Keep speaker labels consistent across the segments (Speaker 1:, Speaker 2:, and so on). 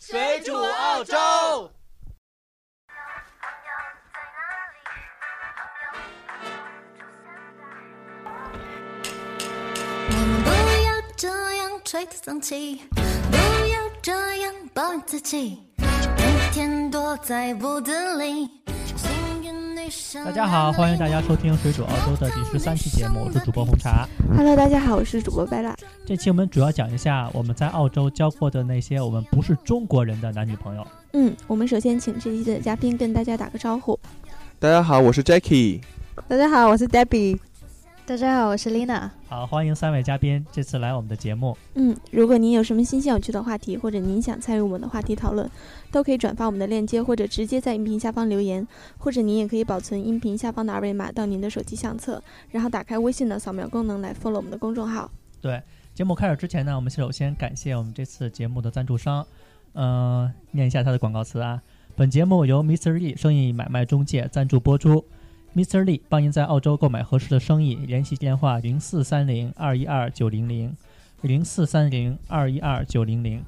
Speaker 1: 水煮澳洲。
Speaker 2: 我们不要这样垂头丧气，不要这样抱怨自己，每天躲在屋子里。幸运女神
Speaker 3: 大家好，欢迎大家收听《水煮澳洲》的第十三期节目，我是主播红茶。
Speaker 4: Hello，大家好，我是主播白蜡。
Speaker 3: 这期我们主要讲一下我们在澳洲交过的那些我们不是中国人的男女朋友。
Speaker 4: 嗯，我们首先请这一期的嘉宾跟大家打个招呼。
Speaker 5: 大家好，我是 Jackie。
Speaker 4: 大家好，我是 Debbie。
Speaker 6: 大家好，我是 Lina。
Speaker 3: 好，欢迎三位嘉宾这次来我们的节目。
Speaker 4: 嗯，如果您有什么新鲜有趣的话题，或者您想参与我们的话题讨论，都可以转发我们的链接，或者直接在音频下方留言，或者您也可以保存音频下方的二维码到您的手机相册，然后打开微信的扫描功能来 follow 我们的公众号。
Speaker 3: 节目开始之前呢，我们首先感谢我们这次节目的赞助商，嗯、念一下它的广告词啊。本节目由 Mr. Lee 生意买卖中介赞助播出。Mr. Lee 帮您在澳洲购买合适的生意，联系电话零四三零二一二九零零零四三零二一二九零零。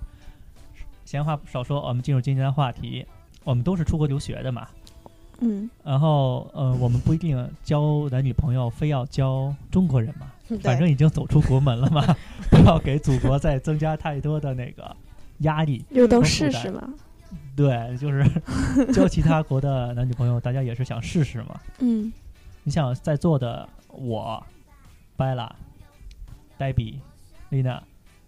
Speaker 3: 闲话不少说，我们进入今天的话题。我们都是出国留学的嘛，
Speaker 4: 嗯，
Speaker 3: 然后呃，我们不一定交男女朋友非要交中国人嘛，
Speaker 4: 嗯
Speaker 3: 反正已经走出国门了嘛，不要给祖国再增加太多的那个压力。
Speaker 4: 又都
Speaker 3: 嗯
Speaker 4: 试
Speaker 3: 不负担
Speaker 4: 试嘛。
Speaker 3: 对，就是交其他国的男女朋友，大家也是想试试嘛。
Speaker 4: 嗯，
Speaker 3: 你想在座的我、Bella、Debbie、Lina，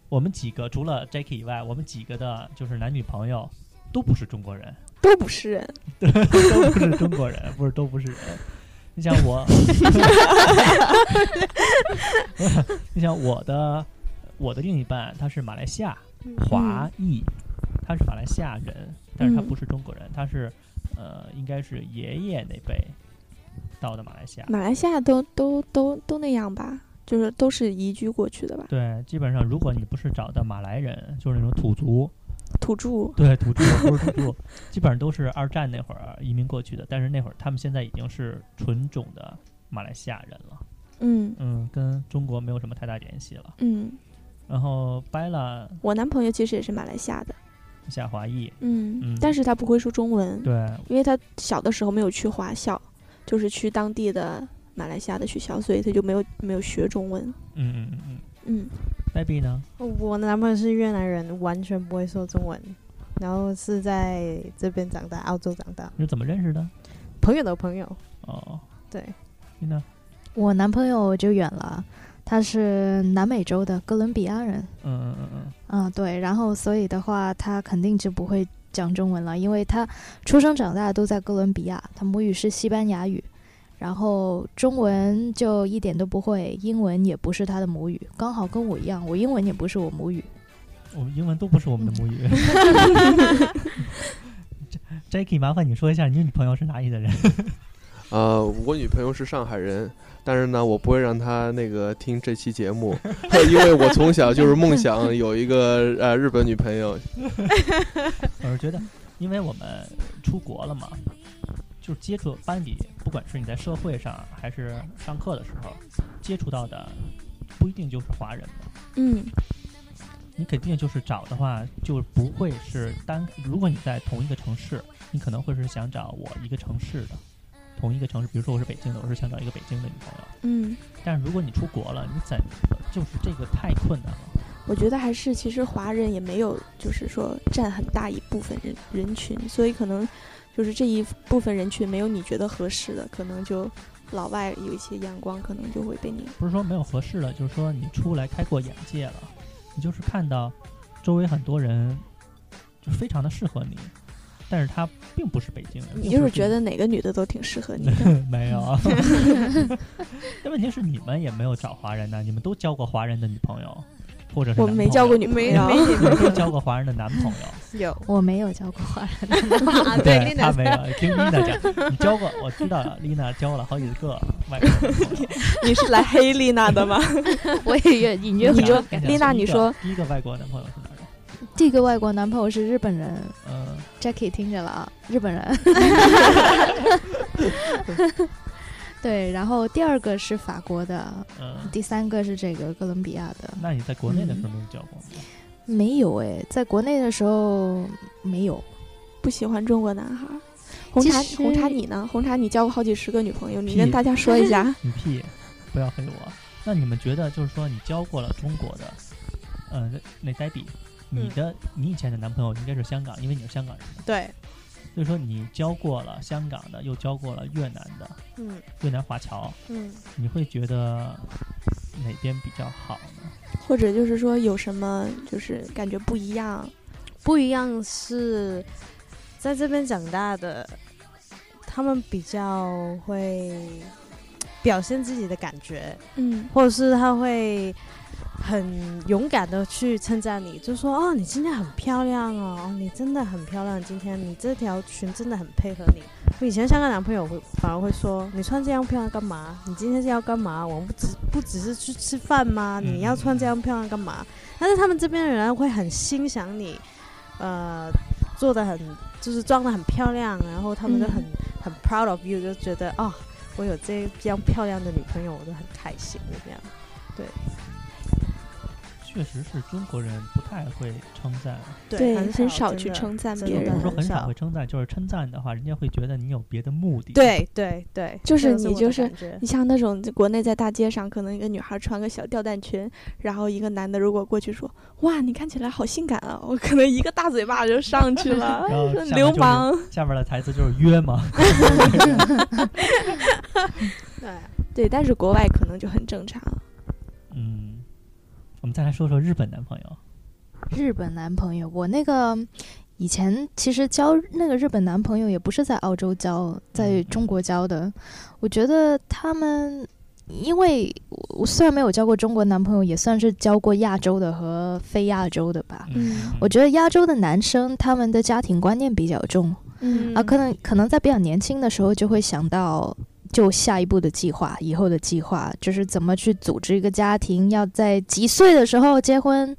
Speaker 3: 我们几个除了 Jacky 以外，我们几个的就是男女朋友都不是中国人，
Speaker 4: 都不是人。
Speaker 3: 都不是中国人， 不是都不是人。你想我， 你想我的我的另一半他是马来西亚华裔，他是马来西亚人，但是他
Speaker 4: 嗯
Speaker 3: 不是中国人，他是呃应该是爷爷那辈到的马来西亚。
Speaker 4: 马来西亚都都都都那样吧，就是都是移居过去的吧，
Speaker 3: 对，基本上如果你不是找的马来人，就是那种土族，
Speaker 4: 土著。
Speaker 3: 对土著不是土著， 基本上都是二战那会儿移民过去的。但是那会儿他们现在已经是纯种的马来西亚人了。
Speaker 4: 嗯
Speaker 3: 嗯，跟中国没有什么太大联系了。
Speaker 4: 嗯，
Speaker 3: 然后 Bella
Speaker 4: 我男朋友其实也是马来西亚的，
Speaker 3: 夏华裔，
Speaker 4: 嗯
Speaker 3: 嗯，
Speaker 4: 但是他不会说中文，
Speaker 3: 对
Speaker 4: 因为他小的时候没有去华校，就是去当地的马来西亚的学校，所以他就没有没有学中文。
Speaker 3: 嗯嗯嗯嗯
Speaker 4: 嗯，
Speaker 3: ，Baby 呢？
Speaker 6: 我的男朋友是越南人，完全不会说中文，然后是在这边长大，澳洲长大，
Speaker 3: 你是怎么认识的？
Speaker 6: 朋友的朋友。
Speaker 3: 哦，
Speaker 6: 对，
Speaker 3: 你呢？
Speaker 7: 我男朋友就远了，他是南美洲的哥伦比亚人，
Speaker 3: 嗯嗯嗯嗯，
Speaker 7: 嗯，对，然后所以的话，他肯定就不会讲中文了，因为他出生长大都在哥伦比亚，他母语是西班牙语，然后中文就一点都不会，英文也不是他的母语，刚好跟我一样，我英文也不是我母语，
Speaker 3: 我们英文都不是我们的母 语。Jacky，麻烦你说一下你女朋友是哪里的人？
Speaker 5: 呃，我女朋友是上海人，但是呢，我不会让她那个听这期节 目，因为我从小就是梦想有一个呃日本女朋友。
Speaker 3: 我是觉得，因为我们出国了嘛，就是接触班里，不管是你在社会上还是上课的时候接触到的，不一定就是华人嘛。
Speaker 4: 嗯
Speaker 3: 你肯定就是找的话，就不会是单。如果你在同一个城市，你可能会是想找我一个城市的，同一个城市，比如说我是北京的，我是想找一个北京的女朋友。
Speaker 4: 嗯，
Speaker 3: 但是如果你出国了，你怎就是这个太困难了。
Speaker 4: 我觉得还是其实华人也没有就是说占很大一部分人人群，所以可能就是这一部分人群没有你觉得合适的，可能就老外有一些眼光，可能就会被你
Speaker 3: 不是说没有合适的，就是说你出来开阔眼界了，你就是看到周围很多人就非常的适合你，但是他并不是北京人，
Speaker 4: 你
Speaker 3: 并
Speaker 4: 就
Speaker 3: 不
Speaker 4: 是觉得哪个女的都挺适合你的。
Speaker 3: 没有。但问题是你们也没有找华人呐，你们都交过华人的女朋友，或者是
Speaker 4: 我没交过女朋
Speaker 6: 没
Speaker 4: 友，
Speaker 3: 女朋友， 你们都交过华人的男朋友。
Speaker 6: 有
Speaker 7: 我没有教过华人，
Speaker 6: 啊，
Speaker 3: 对，他没有 听 Lina 讲，你交过，我知道 Lina 交了好几个外国的女朋友。
Speaker 4: 你是来黑丽娜的吗？
Speaker 7: 我也隐约
Speaker 3: 你
Speaker 7: 会
Speaker 3: 说
Speaker 7: 说，
Speaker 4: Lina，你说
Speaker 3: 第一个外国男朋友是哪人？
Speaker 7: 第一个外国男朋友是日本人
Speaker 3: 嗯，
Speaker 7: Jackie 听着了啊，日本人。对，然后第二个是法国的，
Speaker 3: 嗯，
Speaker 7: 第三个是这个哥伦比亚的。
Speaker 3: 那你在国内的时候没有交过吗？
Speaker 7: 没有诶，在国内的时候没有。
Speaker 4: 不喜欢中国男孩儿。红茶
Speaker 7: 其，实
Speaker 4: 红茶你呢？红茶你交过好几十个女 朋友，你
Speaker 3: 屁。
Speaker 4: 跟大家说一 下
Speaker 3: 你屁，不要黑我。那你们觉得就是说你交过了中国的，呃，那呆比，你的、你以前的男朋友应该是香港，因为你是香港人嘛，
Speaker 6: 对，
Speaker 3: 所以说你交过了香港的，又交过了越南的
Speaker 6: 嗯
Speaker 3: 越南华侨，
Speaker 6: 嗯，
Speaker 3: 你会觉得哪边比较好呢？
Speaker 4: 或者就是说有什么就是感觉不一样？
Speaker 6: 不一样是在这边长大的，他们比较会表现自己的感觉，
Speaker 4: 嗯
Speaker 6: 或者是他会很勇敢的去称赞你，就说哦，你今天很漂亮哦，哦你真的很漂亮，今天你这条裙真的很配合你。我以前香港男朋友会反而会说，你穿这样漂亮干嘛？你今天是要干嘛？我们不只不只是去吃饭吗？
Speaker 3: 嗯
Speaker 6: 你要穿这样漂亮干嘛？但是他们这边的人会很欣赏你，呃，做的很就是装的很漂亮，然后他们就很、很 proud of you，就觉得哦，我有这这样漂亮的女朋友，我都很开心这样。
Speaker 3: 确实是中国人不太会称赞，
Speaker 4: 对，
Speaker 6: 很
Speaker 4: 很少去
Speaker 6: 真的
Speaker 4: 称赞
Speaker 6: 真的
Speaker 3: 不
Speaker 4: 别
Speaker 6: 对
Speaker 3: 是
Speaker 4: 人，
Speaker 3: 说很
Speaker 6: 很
Speaker 3: 少
Speaker 6: 少
Speaker 3: 会称赞，就是称赞的话，人家会觉得你有别的目的。，
Speaker 6: 对对对，
Speaker 4: 就是
Speaker 6: 这
Speaker 4: 你
Speaker 6: 我的
Speaker 4: 就是
Speaker 6: 感觉
Speaker 4: 你像那种在国内在大街上，可能一个女孩穿个小吊带裙，然后一个男的如果过去说：“哇，你看起来好性感啊！” 我可能一个大嘴巴就上去 了，
Speaker 3: 然后
Speaker 4: 说
Speaker 3: 下面
Speaker 4: 流
Speaker 3: 就是
Speaker 4: 氓。
Speaker 3: 下面的台词就是约嘛，
Speaker 6: 对
Speaker 4: 对，但是国外可能就很正常。
Speaker 3: 嗯，我们再来说说日本男朋友。
Speaker 7: 日本男朋友，我那个以前其实交那个日本男朋友也不是在澳洲交，在中国交的。我觉得他们，因为我我虽然没有交过中国男朋友，也算是交过亚洲的和非亚洲的吧。
Speaker 4: 嗯
Speaker 7: 我觉得亚洲的男生他们的家庭观念比较重、
Speaker 4: 嗯
Speaker 7: 啊，可能可能在比较年轻的时候就会想到。就下一步的计划，以后的计划就是怎么去组织一个家庭，要在几岁的时候结婚，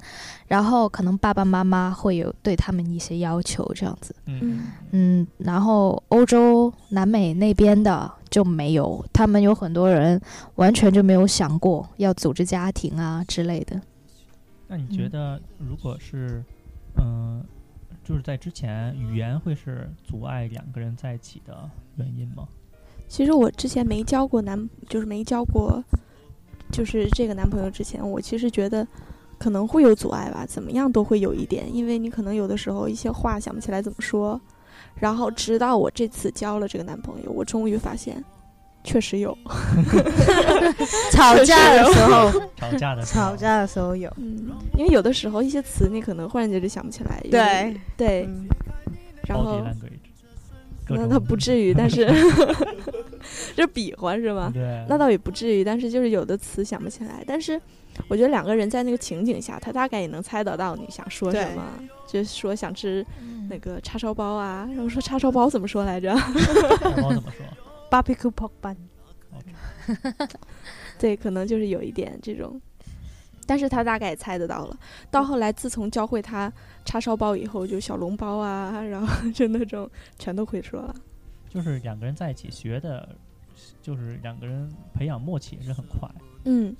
Speaker 7: 然后可能爸爸妈妈会有对他们一些要求这样子。
Speaker 3: 嗯
Speaker 7: 嗯，然后欧洲、南美那边的就没有，他们有很多人完全就没有想过要组织家庭啊之类的。
Speaker 3: 那你
Speaker 4: 嗯
Speaker 3: 觉得如果是，嗯、就是在之前语言会是阻碍两个人在一起的原因 吗？
Speaker 4: 其实我之前没交过男，就是没交过，就是这个男朋友之前，我其实觉得可能会有阻碍吧，怎么样都会有一点，因为你可能有的时候一些话想不起来怎么说，然后直到我这次交了这个男朋友，我终于发现。确实有，
Speaker 7: 吵架的时候，
Speaker 3: 吵架的时候
Speaker 6: 吵，架的时候有
Speaker 4: 嗯，因为有的时候一些词你可能忽然间就想不起来，有的对，
Speaker 6: 嗯
Speaker 4: 然
Speaker 3: body
Speaker 4: 后
Speaker 3: language，各
Speaker 4: 那
Speaker 3: 种
Speaker 4: 倒不至于，但是 这比划是吗？
Speaker 3: 对，
Speaker 4: 那倒也不至于，但是就是有的词想不起来。但是我觉得两个人在那个情景下，他大概也能猜得到你想说什
Speaker 6: 对
Speaker 4: 么，就是说想吃那个叉烧包啊，然后说叉烧包怎么说来着？
Speaker 3: 大猫怎么说？
Speaker 6: ，barbecue pork bun，
Speaker 4: 对，可能就是有一点这种，但是他大概也猜得到了。到后来，自从教会他叉烧包以后，就小笼包啊，然后就那种全都会说了。
Speaker 3: 就是两个人在一起学的，就是两个人培养默契也是很快，
Speaker 4: 嗯，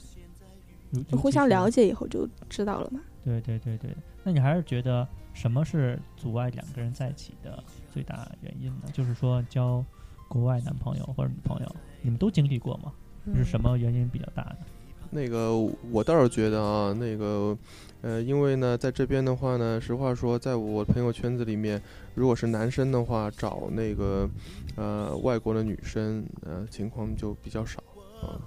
Speaker 3: 尤
Speaker 4: 就互相了
Speaker 3: 解。
Speaker 4: 解以后就知道了嘛。
Speaker 3: 对对对对，那你还是觉得什么是阻碍两个人在一起的最大原因呢？就是说交国外男朋友或者女朋友，你们都经历过吗？是什
Speaker 6: 么？
Speaker 3: 么原因比较大呢？
Speaker 5: 那个我倒是觉得啊，那个呃，因为呢，在这边的话呢，实话说，在我朋友圈子里面，如果是男生的话，找那个呃外国的女生，呃，情况就比较少啊。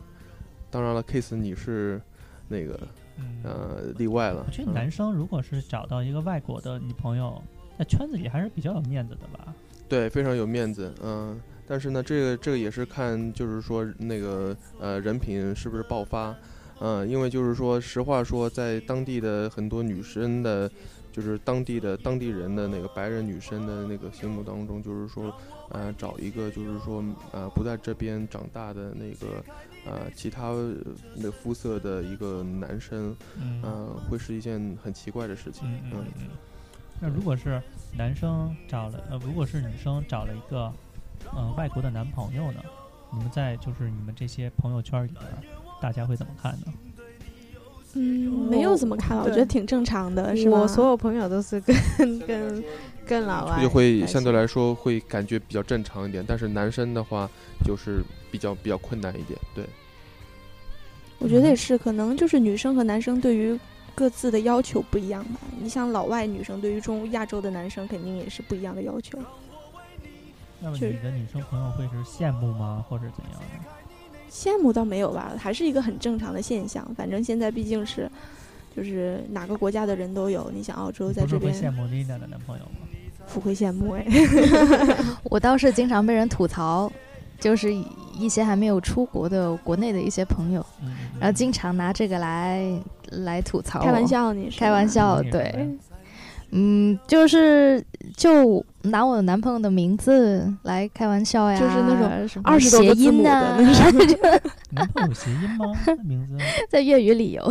Speaker 5: 当然了，case 你是那个
Speaker 3: 嗯
Speaker 5: 呃例外了
Speaker 3: 我。觉得男生如果是找到一个外国的女朋友，在圈子里还是比较有面子的吧？
Speaker 5: 对，非常有面子，嗯、但是呢，这个这个也是看，就是说那个呃人品是不是爆发，嗯、因为就是说，实话说，在当地的很多女生的，就是当地的当地人的那个白人女生的那个心目当中，就是说，呃，找一个就是说呃不在这边长大的那个呃其他呃那肤色的一个男生，
Speaker 3: 嗯
Speaker 5: 呃，会是一件很奇怪的事情，
Speaker 3: 嗯嗯嗯。那如果是男生找了呃，如果是女生找了一个呃外国的男朋友呢？你们在就是你们这些朋友圈里的，大家会怎么看呢？
Speaker 4: 嗯，没有怎么看吧，我
Speaker 6: 对
Speaker 4: 觉得挺正常的，是吧？
Speaker 6: 我所有朋友都是跟跟跟老外
Speaker 5: 就会
Speaker 6: 感
Speaker 5: 相
Speaker 6: 情
Speaker 5: 对来说会感觉比较正常一点，但是男生的话就是比较比较困难一点，对，
Speaker 4: 我觉得
Speaker 3: 嗯
Speaker 4: 也是，可能就是女生和男生对于各自的要求不一样吧。你像老外女生对于中亚洲的男生肯定也是不一样的要求。
Speaker 3: 那么
Speaker 4: 确
Speaker 3: 你的女生朋友会是羡慕吗，或者怎样的？
Speaker 4: 羡慕倒没有吧，还是一个很正常的现象。反正现在毕竟是，就是哪个国家的人都有。你想澳洲在
Speaker 3: 你不是
Speaker 4: 这
Speaker 3: 会
Speaker 4: 边
Speaker 3: 羡慕丽娜的男朋友吗？
Speaker 4: 不会羡慕哎，
Speaker 7: 我倒是经常被人吐槽，就是一些还没有出国的国内的一些朋友，
Speaker 3: 嗯，嗯
Speaker 4: 啊
Speaker 7: 然后经常拿这个来来吐槽我
Speaker 4: 开玩，笑你是
Speaker 7: 哦开玩
Speaker 4: 吧
Speaker 7: 笑，对，，嗯，就是就拿我男朋友的名字来开玩笑呀，
Speaker 4: 就是那
Speaker 7: 种
Speaker 4: 20多
Speaker 7: 谐
Speaker 4: 个字
Speaker 7: 音啊
Speaker 4: 母的
Speaker 7: 呐、
Speaker 4: 那
Speaker 3: 你男朋友有谐音 吗？名字？
Speaker 7: 在粤语里有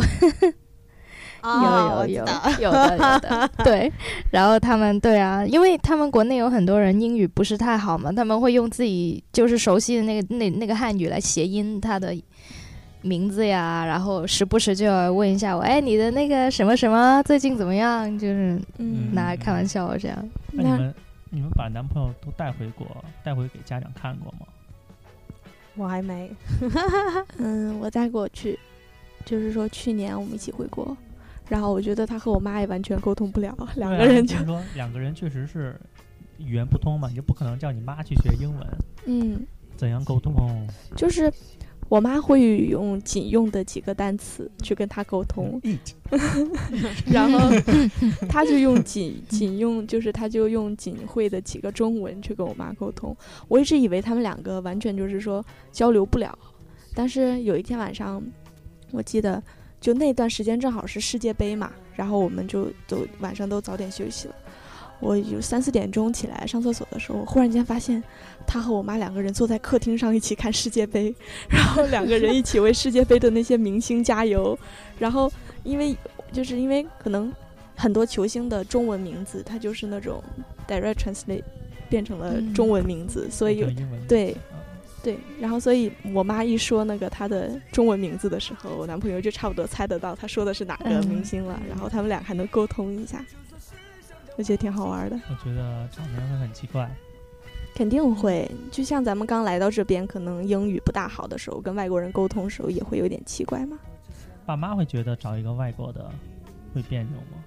Speaker 6: 哦
Speaker 4: 哦
Speaker 7: 有有有有
Speaker 6: 啊我知道
Speaker 7: 的有的， 对。然后他们对啊，因为他们国内有很多人英语不是太好嘛，他们会用自己就是熟悉的那个那那个汉语来谐音他的名字呀，然后时不时就要问一下我，哎，你的那个什么什么最近怎么样？就是
Speaker 4: 嗯，
Speaker 7: 拿来开玩笑这样。
Speaker 3: 那你
Speaker 4: 那
Speaker 3: 们你们把男朋友都带回国，带回给家长看过吗？
Speaker 6: 我还没
Speaker 4: 嗯，我带过去，就是说去年我们一起回国，然后我觉得他和我妈也完全沟通不了，两
Speaker 3: 对
Speaker 4: 个
Speaker 3: 啊
Speaker 4: 人就
Speaker 3: 就是说两个人确实是语言不通嘛，你就不可能叫你妈去学英文，
Speaker 4: 嗯，
Speaker 3: 怎样沟通？
Speaker 4: 就是我妈会用仅用的几个单词去跟他沟通，
Speaker 3: eat
Speaker 4: 然后他就用仅仅用，就是他就用仅会的几个中文去跟我妈沟通。我一直以为他们两个完全就是说交流不了，但是有一天晚上，我记得就那段时间正好是世界杯嘛，然后我们就都晚上都早点休息了。我有三四点钟起来上厕所的时候，忽然间发现他和我妈两个人坐在客厅上一起看世界杯， 然后两个人一起为世界杯的那些明星加油。然后因为就是因为可能很多球星的中文名字，它就是那种 direct translate 变成了
Speaker 7: 嗯
Speaker 4: 中文名字，所以有
Speaker 3: 英文
Speaker 4: 对
Speaker 3: 嗯
Speaker 4: 对，然后所以我妈一说那个她的中文名字的时候，我男朋友就差不多猜得到她说的是哪个明星了，然后他们俩还能沟通一下，我觉得挺好玩的。
Speaker 3: 我觉得场面会很奇怪。
Speaker 4: 肯定会，就像咱们刚来到这边，可能英语不大好的时候，跟外国人沟通的时候也会有点奇怪嘛。
Speaker 3: 爸妈会觉得找一个外国的会别扭吗？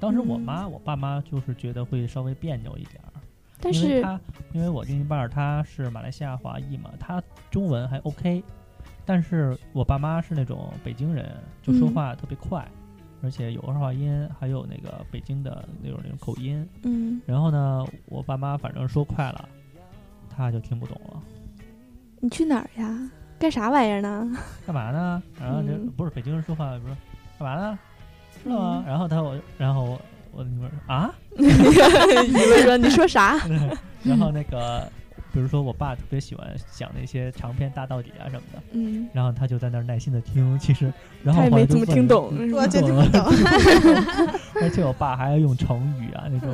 Speaker 3: 当时我
Speaker 4: 嗯
Speaker 3: 妈、我爸妈就是觉得会稍微别扭一点儿，
Speaker 4: 但
Speaker 3: 因为
Speaker 4: 是
Speaker 3: 他因为我另一半儿他是马来西亚华裔嘛，他中文还 OK，但是我爸妈是那种北京人，就说
Speaker 4: 嗯
Speaker 3: 话特别快，而且有儿化音，还有那个北京的那种那种口音。
Speaker 4: 嗯
Speaker 3: 然后呢，我爸妈反正说快了，他就听不懂了。
Speaker 4: 你去哪儿呀？干啥玩意儿呢？
Speaker 3: 干嘛呢？然后这
Speaker 4: 嗯
Speaker 3: 不是北京人说话，不是干嘛呢？知道吗？
Speaker 4: 嗯
Speaker 3: 然后他我，然后我我女儿啊，
Speaker 4: 你会说你说啥？嗯
Speaker 3: 然后那个，比如说我爸特别喜欢讲那些长篇大道理啊什么的，
Speaker 4: 嗯，
Speaker 3: 然后他就在那儿耐心的听，其实然后
Speaker 4: 他也
Speaker 3: 后来
Speaker 4: 没
Speaker 3: 就
Speaker 4: 怎么
Speaker 3: 问
Speaker 4: 听懂，
Speaker 3: 嗯
Speaker 4: 是吧
Speaker 6: 完全听不懂。
Speaker 3: 而且我爸还要用成语啊那种，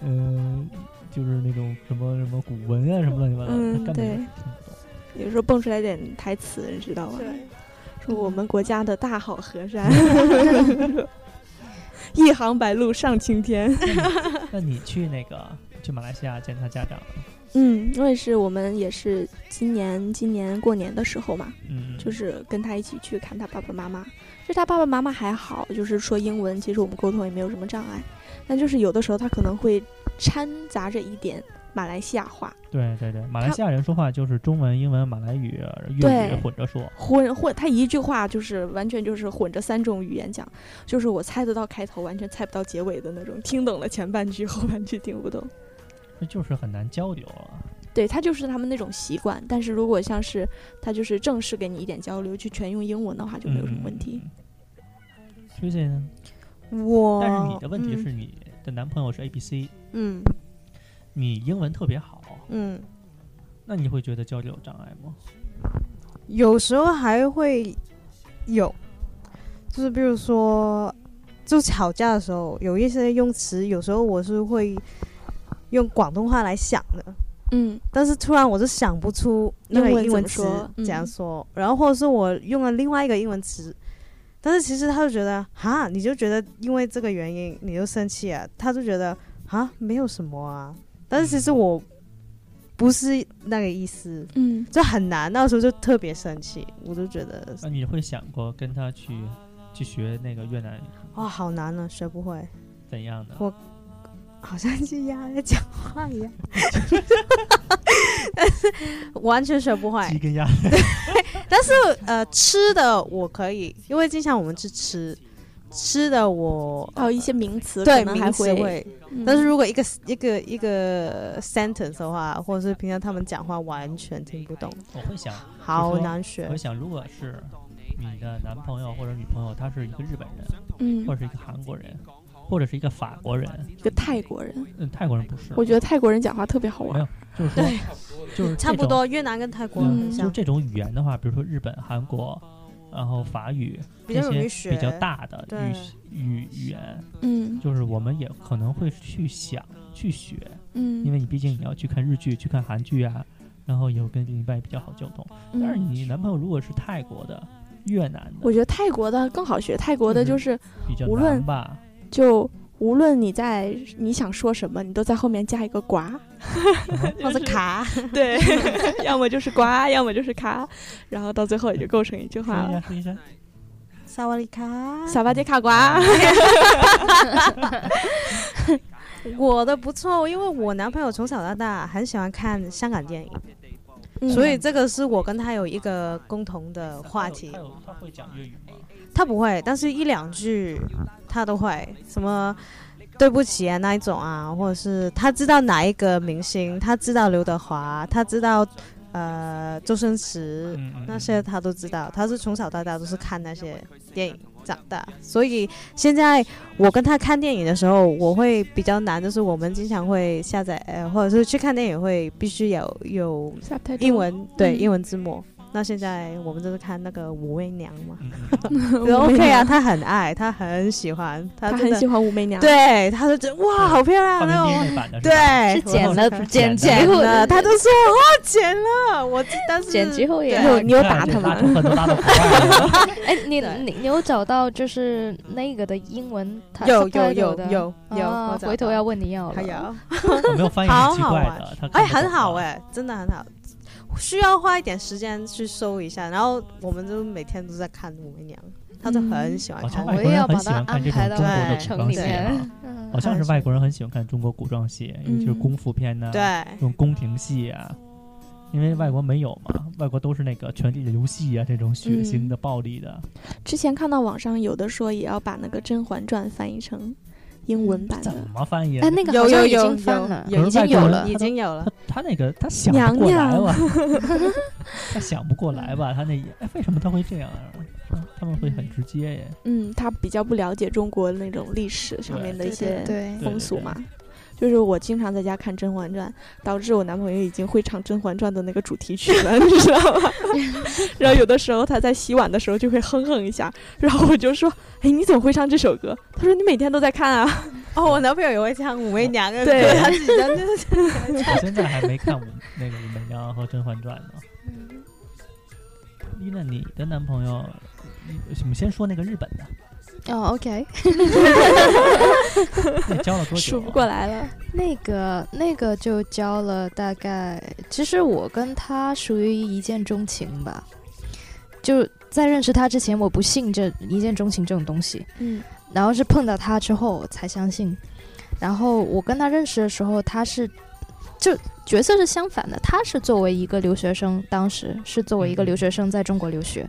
Speaker 4: 嗯
Speaker 3: 嗯、就是那种什么什么古文啊什么乱七八糟的，
Speaker 4: 嗯
Speaker 3: 他根本
Speaker 4: 对
Speaker 3: 就听不懂。
Speaker 4: 有时候蹦出来点台词，你知道吗？说我们国家的大好河山，嗯 一行白鹭上青天。
Speaker 3: 那你去那个去马来西亚见他家长，
Speaker 4: 嗯，因为是我们也是今年今年过年的时候嘛，
Speaker 3: 嗯，
Speaker 4: 就是跟他一起去看他爸爸妈妈。就他爸爸妈妈还好，就是说英文，其实我们沟通也没有什么障碍，但就是有的时候他可能会掺杂着一点马来西亚话，
Speaker 3: 对对对，马来
Speaker 4: 他
Speaker 3: 西亚人说话就是中文、英文、马来语、粤语
Speaker 4: 对
Speaker 3: 混着说，
Speaker 4: 混混，他一句话就是完全就是混着三种语言讲，就是我猜得到开头，完全猜不到结尾的那种，听懂了前半句， 后半句听不懂。
Speaker 3: 那就是很难交流啊了。
Speaker 4: 对他就是他们那种习惯，但是如果像是他就是正式给你一点交流，去全用英文的话，就没有什么问题。
Speaker 3: 推荐呢？
Speaker 6: 我
Speaker 3: 但是你的问题
Speaker 4: 嗯
Speaker 3: 是你的男朋友是 A B C，
Speaker 4: 嗯
Speaker 3: 你英文特别好，
Speaker 4: 嗯
Speaker 3: 那你会觉得交流有障碍吗？
Speaker 6: 有时候还会有，就是比如说，就吵架的时候，有一些用词，有时候我是会用广东话来想的，
Speaker 4: 嗯
Speaker 6: 但是突然我就想不出那个
Speaker 4: 英文
Speaker 6: 英文
Speaker 4: 怎么
Speaker 6: 词
Speaker 4: 说嗯
Speaker 6: 怎样说，然后或者是我用了另外一个英文词，但是其实他就觉得哈，你就觉得因为这个原因你就生气啊，他就觉得啊没有什么啊，但是其实我不是那个意思，
Speaker 4: 嗯，
Speaker 6: 就很难，那时候就特别生气，我就觉得
Speaker 3: 那你会想过跟他去去学那个越南
Speaker 6: 哇、好难啊，学不会，
Speaker 3: 怎样的？
Speaker 6: 我好像是鸭在讲话 一样，但是完全学不会，
Speaker 3: 鸡 跟鸭
Speaker 6: 但是呃，吃的我可以，因为经常我们去吃吃的我，
Speaker 4: 还有一些名词可
Speaker 6: 对
Speaker 4: 能
Speaker 6: 名
Speaker 4: 还
Speaker 6: 词会。
Speaker 4: 嗯
Speaker 6: 但是如果一个一个一个 sentence 的话，或者是平常他们讲话完全听不懂，
Speaker 3: 我会想，
Speaker 6: 好难学
Speaker 3: 我会。想，如果是你的男朋友或者女朋友，他是一个日本人，
Speaker 4: 嗯
Speaker 3: 或，者是一个韩国人，或者是一个法国人，
Speaker 4: 一个泰国人，
Speaker 3: 嗯，泰国人不是，
Speaker 4: 我觉得泰国人讲话特别好
Speaker 3: 没
Speaker 4: 玩
Speaker 3: 有。就是说，就是
Speaker 6: 差不
Speaker 3: 这种，
Speaker 6: 多，越南跟泰国
Speaker 4: 嗯
Speaker 6: 很
Speaker 3: 就是
Speaker 6: 像，
Speaker 3: 这种语言的话，比如说日本、韩国，然后法语
Speaker 6: 比较容
Speaker 3: 这
Speaker 6: 易
Speaker 3: 些
Speaker 6: 学，
Speaker 3: 比较大的
Speaker 6: 对
Speaker 3: 语语语言，
Speaker 4: 嗯
Speaker 3: 就是我们也可能会去想去学，
Speaker 4: 嗯，
Speaker 3: 因为你毕竟你要去看日剧、去看韩剧啊，然后以后跟另一半也比较好沟通。
Speaker 4: 嗯
Speaker 3: 但是你男朋友如果是泰国的、越南的
Speaker 4: 我，觉得泰国的更好学，泰国的
Speaker 3: 就
Speaker 4: 就是
Speaker 3: 比较
Speaker 4: 无
Speaker 3: 难
Speaker 4: 论
Speaker 3: 吧？
Speaker 4: 就无论你在你想说什么，你都在后面加一个“呱
Speaker 6: 或者 卡，”，
Speaker 4: 对， 要么就是“呱”， 要么就是“卡”，然后到最后也就构成一句话
Speaker 3: 说一
Speaker 4: 了
Speaker 3: 下，说一下，
Speaker 6: 萨瓦迪
Speaker 4: “
Speaker 6: 卡，
Speaker 4: 萨瓦迪卡呱”。
Speaker 6: 我的不错，因为我男朋友从小到大很喜欢看香港电影，
Speaker 4: 嗯
Speaker 6: 所以这个是我跟他有一个共同的话题
Speaker 3: 他。有他会讲粤语吗？
Speaker 6: 他不会，但是一两句他都会，什么对不起啊那一种啊，或者是他知道哪一个明星，他知道刘德华，他知道呃周星驰
Speaker 3: 嗯嗯，
Speaker 6: 那些他都知道，他是从小到大都是看那些电影长大，所以现在我跟他看电影的时候，我会比较难，就是我们经常会下载呃，或者是去看电影会必须有有英文对
Speaker 4: 嗯
Speaker 6: 英文字幕。那现在我们就是看那个《武媚娘》 嘛，
Speaker 3: 嗯嗯嗯
Speaker 6: OK 啊，，他很爱，他很喜欢，他
Speaker 4: 他
Speaker 6: 真
Speaker 4: 很
Speaker 6: 的
Speaker 4: 喜欢武媚娘，，
Speaker 6: 对，他就觉得哇，好漂亮
Speaker 3: 范冰冰那
Speaker 6: 那种，
Speaker 3: 版的是吧？
Speaker 6: 对，
Speaker 7: 是剪
Speaker 6: 我
Speaker 7: 了剪
Speaker 3: 剪
Speaker 7: 之后
Speaker 6: 了，他就说哇，剪了，我但是
Speaker 7: 剪之后也
Speaker 6: 对
Speaker 4: 有你有
Speaker 3: 看
Speaker 4: 打
Speaker 3: 这
Speaker 4: 他
Speaker 3: 啊拉
Speaker 4: 吗？
Speaker 3: 仇恨都拉到国 外了
Speaker 7: 哎，你
Speaker 6: 对
Speaker 7: 你你有找到就是那个的英文？它
Speaker 6: 有有
Speaker 7: subtitle
Speaker 6: 有
Speaker 7: 的
Speaker 6: 有有，
Speaker 7: 啊
Speaker 6: 我找
Speaker 7: 回头
Speaker 6: 到
Speaker 7: 要问你要了。
Speaker 6: 还有，
Speaker 3: 我没有翻译很
Speaker 6: 好
Speaker 3: 奇
Speaker 6: 好
Speaker 3: 怪
Speaker 6: 玩
Speaker 3: 的，他看
Speaker 6: 哎，
Speaker 3: 不懂
Speaker 6: 很好
Speaker 3: 啊
Speaker 6: 哎，真的很好，需要花一点时间去搜一下，然后我们就每天都在看《武媚娘》，他就很喜欢
Speaker 3: 好像外
Speaker 6: 看。
Speaker 7: 哦我
Speaker 3: 国人
Speaker 7: 也要
Speaker 3: 很
Speaker 7: 把
Speaker 3: 喜
Speaker 7: 它
Speaker 3: 欢看
Speaker 7: 安
Speaker 3: 这种
Speaker 7: 排
Speaker 3: 中
Speaker 7: 到
Speaker 3: 国
Speaker 6: 我
Speaker 3: 的
Speaker 6: 的
Speaker 3: 古
Speaker 7: 城
Speaker 3: 装
Speaker 7: 里
Speaker 3: 戏
Speaker 7: 面
Speaker 3: 啊，
Speaker 7: 嗯
Speaker 3: 好像是外国人很喜欢看中国古装戏，尤其是
Speaker 4: 嗯
Speaker 3: 功夫片呐，，
Speaker 6: 对
Speaker 3: 这种宫廷戏啊，因为外国没有嘛，外国都是那个《权力的游戏》啊，这种血腥的、暴力的，
Speaker 4: 之前看到网上有的说也要把那个《甄嬛传》翻译成英文版
Speaker 3: 怎
Speaker 4: 的
Speaker 3: 么翻译啊？
Speaker 7: 哎，那个
Speaker 6: 嗯有
Speaker 7: 好像
Speaker 6: 有
Speaker 7: 已
Speaker 6: 有
Speaker 7: 经翻
Speaker 6: 有
Speaker 7: 了，
Speaker 3: 有
Speaker 7: 已
Speaker 3: 外
Speaker 7: 经
Speaker 3: 国
Speaker 7: 有
Speaker 3: 人
Speaker 7: 了
Speaker 6: 已。经有了
Speaker 3: 他，他那个他想不过来吧？他想不过来吧？他那哎，为什么他会这样啊？嗯他们会很直接耶。
Speaker 4: 嗯，他比较不了解中国那种历史上面的一些
Speaker 7: 对
Speaker 3: 对
Speaker 4: 风俗嘛。就是我经常在家看《甄嬛传》，导致我男朋友已经会唱《甄嬛传》的那个主题曲了， 你知道吗？然后有的时候他在洗碗的时候就会哼哼一下，然后我就说：“哎，你怎么会唱这首歌？”他说：“你每天都在看啊。
Speaker 6: 哦，我男朋友也会唱《武媚娘》，
Speaker 4: 对
Speaker 6: 他自己在那
Speaker 3: 我现在还没看武那个《武媚娘》和《甄嬛传》呢。丽娜，你的男朋友，你我们先说那个日本的，
Speaker 7: 哦，OK，
Speaker 3: 那交了”多久？啊
Speaker 4: 数不过。来了，
Speaker 7: 那个那个就交了大概，其实我跟他属于一见钟情吧，就在认识他之前，我不信这一见钟情这种东西，
Speaker 4: 嗯
Speaker 7: 然后是碰到他之后我才相信。然后我跟他认识的时候，他是就角色是相反的，他是作为一个留学生，当时是作为一个留学生在中国留学，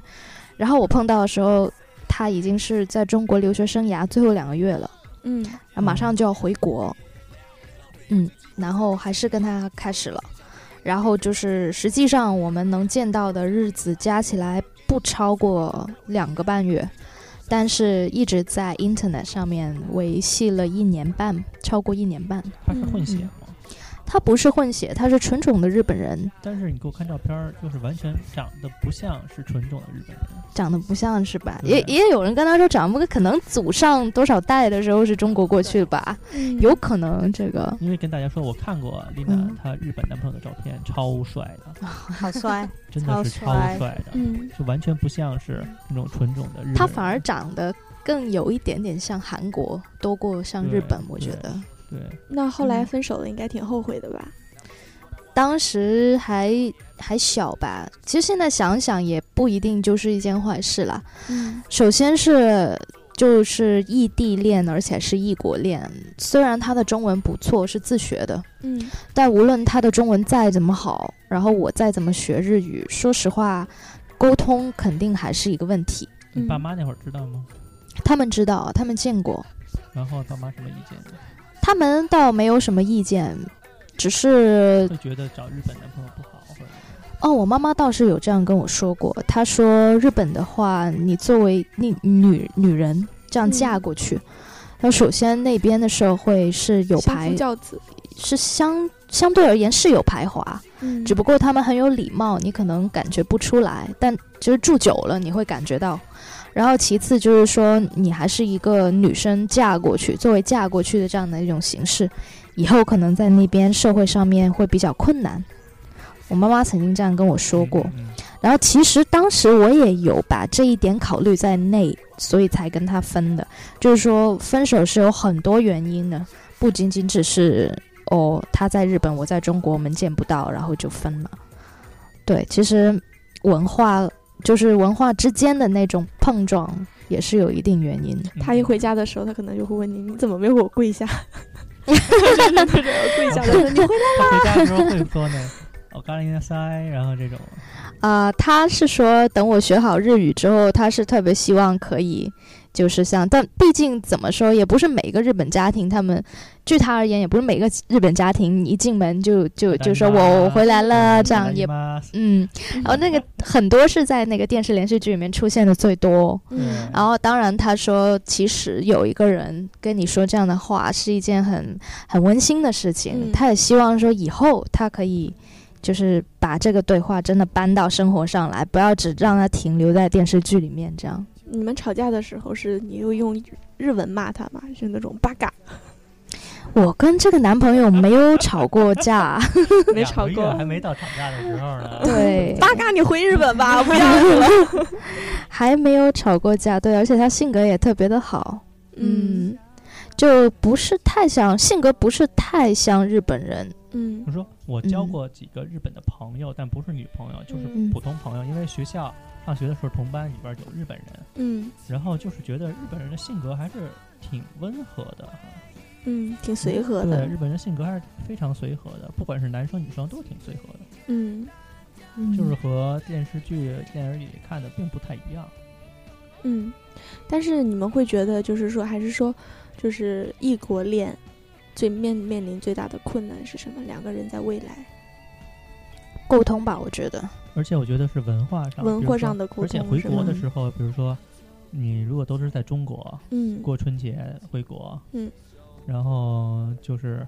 Speaker 7: 然后我碰到的时候，他已经是在中国留学生涯最后两个月了。
Speaker 4: 嗯
Speaker 7: 然后马上就要回国，嗯，然后还是跟他开始了，然后就是实际上我们能见到的日子加起来不超过两个半月，但是一直在 Internet 上面维系了一年半，超过一年半。
Speaker 3: 他是混血吗？
Speaker 7: 他他不是混血，他是纯种的日本人，
Speaker 3: 但是你给我看照片儿，就是完全长得不像是纯种的日本人。
Speaker 7: 长得不像是吧？
Speaker 3: 对
Speaker 7: 也也有人跟他说长不，可能祖上多少代的时候是中国过去的吧，
Speaker 4: 嗯
Speaker 7: 有可能 这个
Speaker 3: 因为跟大家说，我看过丽娜
Speaker 7: 嗯
Speaker 3: 她日本男朋友的照片，超帅的，
Speaker 6: 好帅，
Speaker 3: 真的是超
Speaker 6: 超帅
Speaker 3: 帅的，
Speaker 4: 嗯，
Speaker 3: 就完全不像是那种纯种的日本人。
Speaker 7: 他反而长得更有一点点像韩国，多过像日本，
Speaker 3: 对
Speaker 7: 我觉
Speaker 3: 对
Speaker 7: 得。
Speaker 3: 对，
Speaker 4: 那后来
Speaker 7: 嗯
Speaker 4: 分手了，应该挺后悔的吧？
Speaker 7: 当时还还小吧，其实现在想想也不一定就是一件坏事啦。
Speaker 4: 嗯
Speaker 7: 首先是就是异地恋，而且是异国恋。虽然他的中文不错，是自学的，
Speaker 4: 嗯
Speaker 7: 但无论他的中文再怎么好，然后我再怎么学日语，说实话，沟通肯定还是一个问题。
Speaker 3: 你
Speaker 4: 嗯
Speaker 3: 爸妈那会儿知道吗？
Speaker 7: 他们知道，他们见过，
Speaker 3: 然后爸妈什么意见？
Speaker 7: 他们倒没有什么意见，只是
Speaker 3: 会觉得找日本男朋友不好，或者
Speaker 7: 哦，我妈妈倒是有这样跟我说过，她说日本的话，你作为你女女人这样嫁
Speaker 4: 嗯
Speaker 7: 过去，那、首先那边的社会是有
Speaker 4: 相夫
Speaker 7: 排，
Speaker 4: 教子，
Speaker 7: 是相相对而言是有排华，
Speaker 4: 嗯，
Speaker 7: 只不过他们很有礼貌，你可能感觉不出来，但就是住久了你会感觉到。然后其次就是说，你还是一个女生嫁过去，作为嫁过去的这样的一种形式，以后可能在那边社会上面会比较困难。我妈妈曾经这样跟我说过。
Speaker 3: 嗯
Speaker 7: 然后其实当时我也有把这一点考虑在内，所以才跟他分的。就是说，分手是有很多原因的，不仅仅只是哦他在日本，我在中国，我们见不到，然后就分了。对，其实文化就是文化之间的那种碰撞，也是有一定原因的。
Speaker 3: 嗯
Speaker 4: 他一回家的时候，他可能就会问你：“你怎么没有给我跪下？” 就是那种跪下的，你会
Speaker 3: 他回家的时候会说呢，我咖喱塞，然后这种，
Speaker 7: 啊、他是说等我学好日语之后，他是特别希望可以，就是像，但毕竟怎么说，也不是每个日本家庭，他们据他而言，也不是每个日本家庭一进门就就就说
Speaker 3: 大姨妈
Speaker 7: 我我回来了，这样也，
Speaker 3: 嗯
Speaker 7: 嗯，然后那个很多是在那个电视连续剧里面出现的最多。
Speaker 3: 嗯
Speaker 7: 然后，当然，他说，其实有一个人跟你说这样的话是一件很很温馨的事情。
Speaker 4: 嗯
Speaker 7: 他也希望说，以后他可以就是把这个对话真的搬到生活上来，不要只让它停留在电视剧里面这样。
Speaker 4: 你们吵架的时候是你又用日文骂他吗？是那种八嘎，
Speaker 7: 我跟这个男朋友没有吵 过架，
Speaker 4: 没
Speaker 3: 两个
Speaker 4: 吵
Speaker 3: 月
Speaker 4: 过
Speaker 3: 还没到吵架的时候呢。
Speaker 7: 对，
Speaker 4: 八嘎，你回日本吧，不要 你了。
Speaker 7: 还没有吵过架，对，而且他性格也特别的好，
Speaker 4: 嗯
Speaker 7: 嗯，就不是太像性格，不是太像日本人，
Speaker 4: 嗯
Speaker 3: 我说我交过几个日本的朋友，但不是女朋友，就是
Speaker 7: 嗯
Speaker 3: 普通朋友。因为学校上学的时候，同班里边有日本人，
Speaker 4: 嗯
Speaker 3: 然后就是觉得日本人的性格还是挺温和的，
Speaker 4: 嗯，挺随和的
Speaker 3: 对，。日本人性格还是非常随和的，不管是男生女生都挺随和的，
Speaker 4: 嗯
Speaker 3: 就是和电视剧、电影里看的并不太一样。
Speaker 4: 嗯，但是你们会觉得，就是说，还是说，就是异国恋最面面临最大的困难是什么？两个人在未来，
Speaker 7: 沟通吧，我觉得。
Speaker 3: 而且我觉得是文化上，
Speaker 4: 文
Speaker 3: 比如
Speaker 4: 化
Speaker 3: 说
Speaker 4: 上的沟
Speaker 3: 而且
Speaker 4: 通
Speaker 3: 回
Speaker 4: 是
Speaker 3: 国的
Speaker 7: 吗
Speaker 3: 时候，比如说你如果都是在中国
Speaker 4: 嗯
Speaker 3: 过春节回国，
Speaker 4: 嗯，
Speaker 3: 然后就是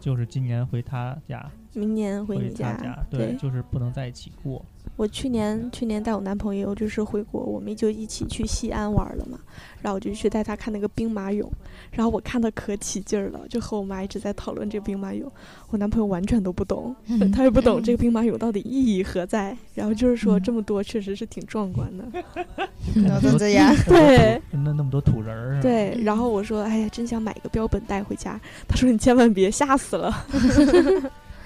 Speaker 3: 就是今年回他家，
Speaker 4: 明年回
Speaker 3: 回
Speaker 4: 你
Speaker 3: 他
Speaker 4: 家。
Speaker 3: 家，对，就是不能在一起 过。
Speaker 4: 我去年去年带我男朋友就是回国，我们就一起去西安玩了嘛，然后我就去带他看那个兵马俑，然后我看的可起劲儿了，就和我妈一直在讨论这个兵马俑，我男朋友完全都不懂，
Speaker 7: 嗯
Speaker 4: 他也不懂这个兵马俑到底意义何在，然后就是说
Speaker 7: 嗯
Speaker 4: 这么多确实是挺壮观的，
Speaker 3: 那
Speaker 6: 都这样，
Speaker 4: 对
Speaker 3: 那那么多土人儿，，
Speaker 4: 对，然后我说哎呀真想买个标本带回家，他说你千万别，吓死了，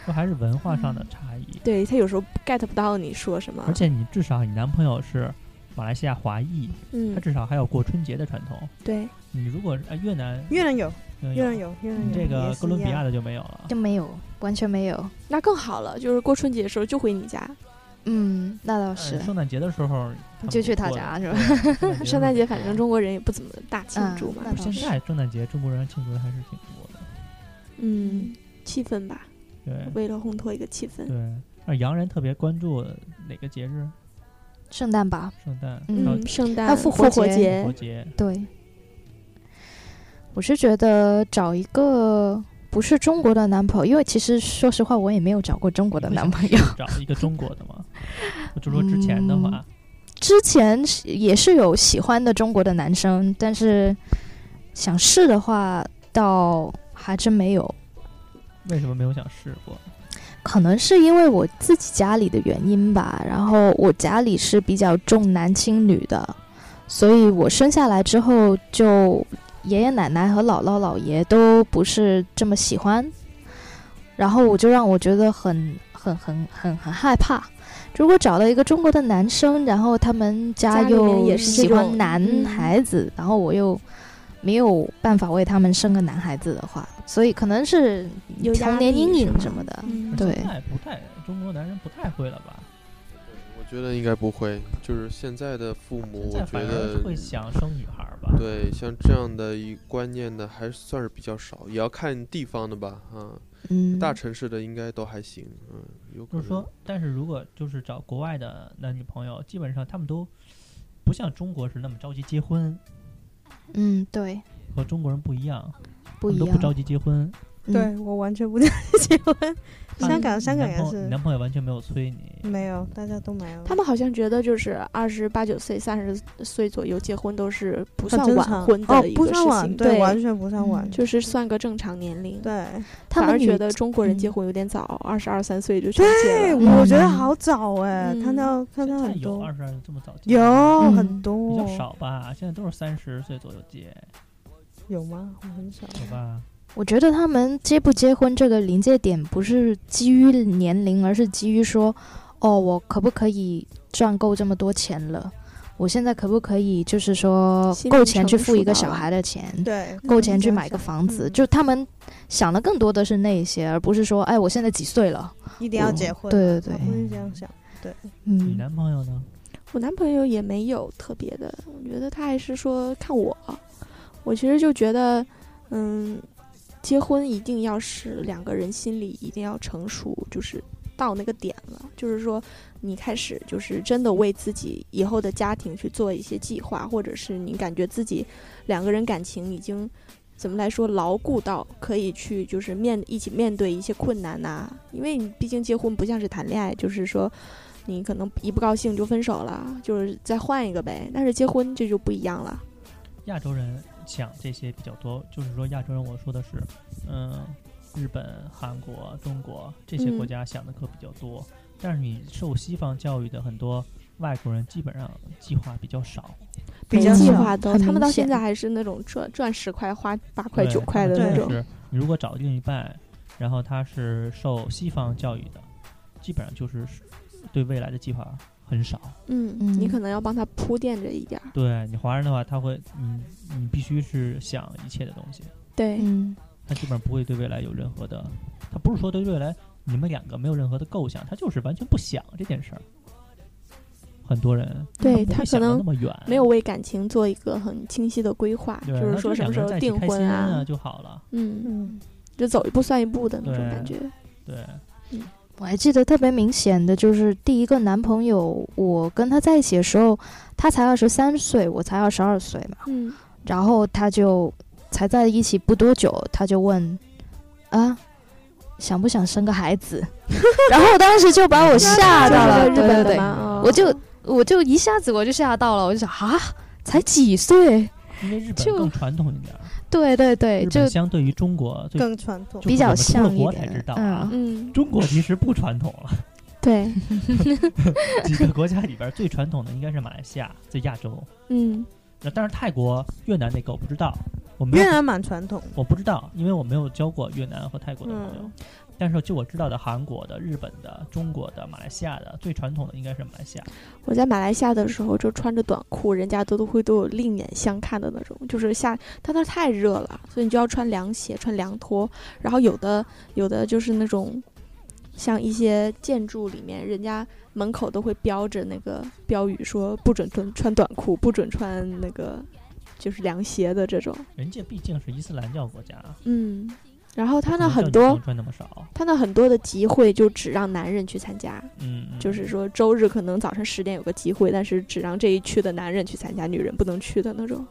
Speaker 3: 这还是文化上
Speaker 4: 嗯
Speaker 3: 的差异。
Speaker 4: 对他有时候 get 不到你说什么，
Speaker 3: 而且你至少你男朋友是马来西亚华裔，他
Speaker 4: 嗯
Speaker 3: 至少还有过春节的传统。
Speaker 4: 对，
Speaker 3: 你如果呃越南，
Speaker 6: 越南有，
Speaker 3: 嗯
Speaker 6: 越南有，越南
Speaker 3: 你
Speaker 6: 有，
Speaker 3: 这个
Speaker 6: 也是
Speaker 3: 哥伦比
Speaker 6: 一
Speaker 3: 亚
Speaker 6: 样
Speaker 3: 的就没有了
Speaker 4: 嗯
Speaker 7: 就。没有，完全没有。
Speaker 4: 那更好了，就是过春节的时候就回你家，
Speaker 7: 嗯，那倒
Speaker 3: 但
Speaker 7: 是。
Speaker 3: 呃圣诞节的时候他们
Speaker 7: 就去他
Speaker 3: 过
Speaker 7: 家
Speaker 3: 的
Speaker 7: 是吧
Speaker 3: 对圣诞
Speaker 4: 圣诞节
Speaker 3: 的时候
Speaker 4: 反正中国人也不怎么大庆
Speaker 7: 嗯
Speaker 4: 祝嘛，
Speaker 7: 那倒
Speaker 3: 现
Speaker 7: 是
Speaker 3: 在圣诞节中国人庆祝的还是挺多的，
Speaker 4: 嗯，气氛吧，
Speaker 3: 对嗯
Speaker 4: 为了烘托一个气氛。
Speaker 3: 对。而洋人特别关注哪个节日？
Speaker 7: 圣诞吧，
Speaker 3: 圣诞，
Speaker 7: 嗯
Speaker 3: 然后
Speaker 4: 嗯，圣
Speaker 7: 还
Speaker 4: 诞、
Speaker 7: 有复活
Speaker 4: 活
Speaker 7: 节
Speaker 3: 复活
Speaker 4: 节，
Speaker 3: 节，
Speaker 7: 对。我是觉得找一个不是中国的男朋友，因为其实说实话，我也没有找过中国的男朋友。
Speaker 3: 找一个中国的嘛，我 就说之前
Speaker 7: 嗯
Speaker 3: 的话，
Speaker 7: 之前是也是有喜欢的中国的男生，但是想试的话，倒还真没有。
Speaker 3: 为什么没有想试过？
Speaker 7: 可能是因为我自己家里的原因吧，然后我家里是比较重男轻女的，所以我生下来之后就爷爷奶奶和姥姥姥爷都不是这么喜欢，然后我就让我觉得很很很很很害怕。如果找到一个中国的男生，然后他们
Speaker 4: 家
Speaker 7: 家
Speaker 4: 里面
Speaker 7: 又
Speaker 4: 也是这
Speaker 7: 喜欢
Speaker 4: 种
Speaker 7: 男
Speaker 4: 嗯
Speaker 7: 孩子，然后我又没有办法为他们生个男孩子的话，所以可能是
Speaker 4: 有压
Speaker 7: 童年
Speaker 4: 力
Speaker 7: 阴
Speaker 4: 是
Speaker 7: 影
Speaker 4: 吗
Speaker 7: 什么的。
Speaker 4: 嗯
Speaker 7: 对
Speaker 3: 现在不太中国男人不太会了吧？
Speaker 5: 我觉得应该不会，就是现在的父母，
Speaker 3: 现
Speaker 5: 我
Speaker 3: 在
Speaker 5: 觉
Speaker 3: 反而
Speaker 5: 得
Speaker 3: 会想生女孩吧？
Speaker 5: 对像这样的一观念的还算是比较少，也要看地方的吧，啊，
Speaker 7: 嗯，
Speaker 5: 大城市的应该都还行，嗯，有可
Speaker 3: 就是
Speaker 5: 能
Speaker 3: 说，但是如果就是找国外的男女朋友，基本上他们都不像中国是那么着急结婚，
Speaker 7: 嗯，对，
Speaker 3: 和中国人不一样，
Speaker 7: 不
Speaker 3: 他
Speaker 7: 一
Speaker 3: 们都
Speaker 7: 样。
Speaker 3: 不着急结
Speaker 6: 啊
Speaker 3: 婚。
Speaker 7: 嗯
Speaker 6: 对我完全不结婚。香港，
Speaker 3: 你
Speaker 6: 香港
Speaker 3: 男
Speaker 6: 也
Speaker 3: 朋友你
Speaker 6: 是嗯
Speaker 3: 男朋友完全没有催你，
Speaker 6: 没有，大家都没有。
Speaker 4: 他们好像觉得就是二十八九岁、三十岁左右结婚都是不
Speaker 6: 很
Speaker 4: 算
Speaker 6: 正
Speaker 4: 晚
Speaker 6: 常
Speaker 4: 婚
Speaker 6: 哦
Speaker 4: 的，一
Speaker 6: 不
Speaker 4: 个事
Speaker 6: 算晚，
Speaker 4: 情，对，
Speaker 6: 完全不算晚
Speaker 7: 嗯。
Speaker 4: 就是算个正常年龄。
Speaker 6: 对，
Speaker 7: 他
Speaker 4: 反
Speaker 7: 们
Speaker 4: 而
Speaker 7: 女
Speaker 4: 觉得中国人
Speaker 7: 嗯
Speaker 4: 结婚有点早，二十二三岁就成
Speaker 6: 哎，
Speaker 4: 结了。
Speaker 6: 我觉得
Speaker 7: 嗯
Speaker 6: 好早哎，
Speaker 4: 嗯
Speaker 6: 看到看
Speaker 3: 现
Speaker 6: 到
Speaker 3: 在
Speaker 6: 很
Speaker 3: 有
Speaker 6: 多
Speaker 3: 二十二这么早结
Speaker 6: 有
Speaker 3: 吗
Speaker 7: 嗯
Speaker 6: 很多
Speaker 3: 比较少吧？现在都是三十岁左右结，
Speaker 6: 有吗？我很少。
Speaker 3: 有吧？
Speaker 7: 我觉得他们结不结婚这个临界点不是基于年龄，而是基于说，哦，我可不可以赚够这么多钱了？我现在可不可以就是说
Speaker 4: 心
Speaker 7: 够
Speaker 4: 灵
Speaker 7: 钱
Speaker 4: 成
Speaker 7: 去付一
Speaker 4: 熟啊
Speaker 7: 个
Speaker 4: 了
Speaker 7: 小孩的钱，
Speaker 6: 对，
Speaker 7: 够钱去买个房子？
Speaker 4: 嗯
Speaker 7: 就他们想的更多的是那一些，而不是说，哎，我现在几岁了？
Speaker 6: 一定要结婚。
Speaker 7: 对对
Speaker 6: 他
Speaker 7: 对
Speaker 6: 们是这样想。
Speaker 3: 你
Speaker 7: 嗯
Speaker 3: 男朋友呢？
Speaker 4: 我男朋友也没有特别的，我觉得他还是说看我。我其实就觉得，嗯，结婚一定要是两个人心里一定要成熟，就是到那个点了，就是说你开始就是真的为自己以后的家庭去做一些计划，或者是你感觉自己两个人感情已经怎么来说牢固到可以去就是面一起面对一些困难呐、因为你毕竟结婚不像是谈恋爱，就是说你可能一不高兴就分手了，就是再换一个呗。但是结婚这就不一样了，
Speaker 3: 亚洲人想这些比较多，就是说亚洲人，我说的是，嗯，日本、韩国、中国这些
Speaker 6: 嗯
Speaker 3: 国家想的可比较多，但是你受西方教育的很多外国人基本上计划比较少，
Speaker 6: 比
Speaker 4: 没
Speaker 6: 较
Speaker 4: 计
Speaker 6: 少
Speaker 4: 划都，
Speaker 7: 很
Speaker 4: 他们到
Speaker 7: 明显
Speaker 4: 现在还是那种赚赚十块花八块
Speaker 3: 对
Speaker 4: 九块的
Speaker 3: 他们
Speaker 4: 那
Speaker 3: 真
Speaker 4: 种。
Speaker 3: 是你如果找另一半，然后他是受西方教育的，基本上就是对未来的计划很少。
Speaker 4: 嗯，
Speaker 7: 嗯
Speaker 4: 你可能要帮他铺垫着一点儿。
Speaker 3: 对你华人的话，他会，嗯，你必须是想一切的东西，
Speaker 4: 对
Speaker 7: 嗯
Speaker 3: 他基本上不会对未来有任何的，他不是说对未来你们两个没有任何的构想，他就是完全不想这件事儿。很多人
Speaker 4: 对
Speaker 3: 不
Speaker 4: 他
Speaker 3: 会
Speaker 4: 可
Speaker 3: 想得
Speaker 4: 能
Speaker 3: 那么远，
Speaker 4: 没有为感情做一个很清晰的规划，
Speaker 3: 对，
Speaker 4: 是
Speaker 3: 他
Speaker 4: 说什
Speaker 3: 两个
Speaker 4: 么时
Speaker 3: 人
Speaker 4: 候
Speaker 3: 在一起
Speaker 4: 订
Speaker 3: 开
Speaker 4: 婚
Speaker 3: 心
Speaker 4: 啊，
Speaker 3: 就好了。
Speaker 4: 嗯，
Speaker 6: 嗯，
Speaker 4: 就走一步算一步的那种
Speaker 3: 对
Speaker 4: 感觉。
Speaker 3: 对，
Speaker 7: 我还记得特别明显的就是第一个男朋友，我跟他在一起的时候，他才二十三岁，我才二十二岁嘛。
Speaker 4: 嗯，
Speaker 7: 然后他就才在一起不多久，他就问啊，想不想生个孩子？ 然后我当时就把我吓
Speaker 6: 嗯
Speaker 4: 就
Speaker 7: 到
Speaker 4: 是
Speaker 7: 了，
Speaker 4: 在日
Speaker 7: 对对
Speaker 4: 本的
Speaker 7: 对，
Speaker 6: 哦
Speaker 4: 嘛，
Speaker 7: 我就我就一下子我就吓到了，我就想啊，才几岁？
Speaker 3: 因为日本
Speaker 7: 就
Speaker 3: 更传统一点儿，
Speaker 7: 对对对，
Speaker 3: 日
Speaker 7: 就
Speaker 3: 本相对于中国最
Speaker 6: 更传统
Speaker 3: 就。
Speaker 7: 比较
Speaker 3: 是我们出了
Speaker 7: 像一
Speaker 3: 国才知
Speaker 7: 点
Speaker 3: 道，啊
Speaker 7: 嗯，
Speaker 4: 嗯，
Speaker 3: 中国其实不传统了，
Speaker 4: 对，
Speaker 3: 几个国家里边儿最传统的应该是马来西亚，在亚洲。
Speaker 4: 嗯，
Speaker 3: 那但是泰国、越南那个我不知道，我没有
Speaker 6: 越南蛮传统，
Speaker 3: 我不知道，因为我没有交过越南和泰国的朋友。
Speaker 6: 嗯
Speaker 3: 但是就我知道的，韩国的、日本的、中国的、马来西亚的，最传统的应该是马来西亚。
Speaker 4: 我在马来西亚的时候就穿着短裤，人家都都会对我另眼相看的那种，就是夏，它那儿太热了，所以你就要穿凉鞋、穿凉拖，然后有的有的就是那种。像一些建筑里面，人家门口都会标着那个标语，说不准穿穿短裤，不准穿那个就是凉鞋的这种。
Speaker 3: 人家毕竟是伊斯兰教国家，
Speaker 4: 嗯，然后他
Speaker 3: 可
Speaker 4: 那
Speaker 3: 能
Speaker 4: 很
Speaker 3: 叫女
Speaker 4: 多
Speaker 3: 生穿那么少，
Speaker 4: 他那很多的集会就只让男人去参加，
Speaker 3: 嗯，嗯
Speaker 4: 就是说周日可能早上十点有个集会，但是只让这一区的男人去参加，女人不能去的那种。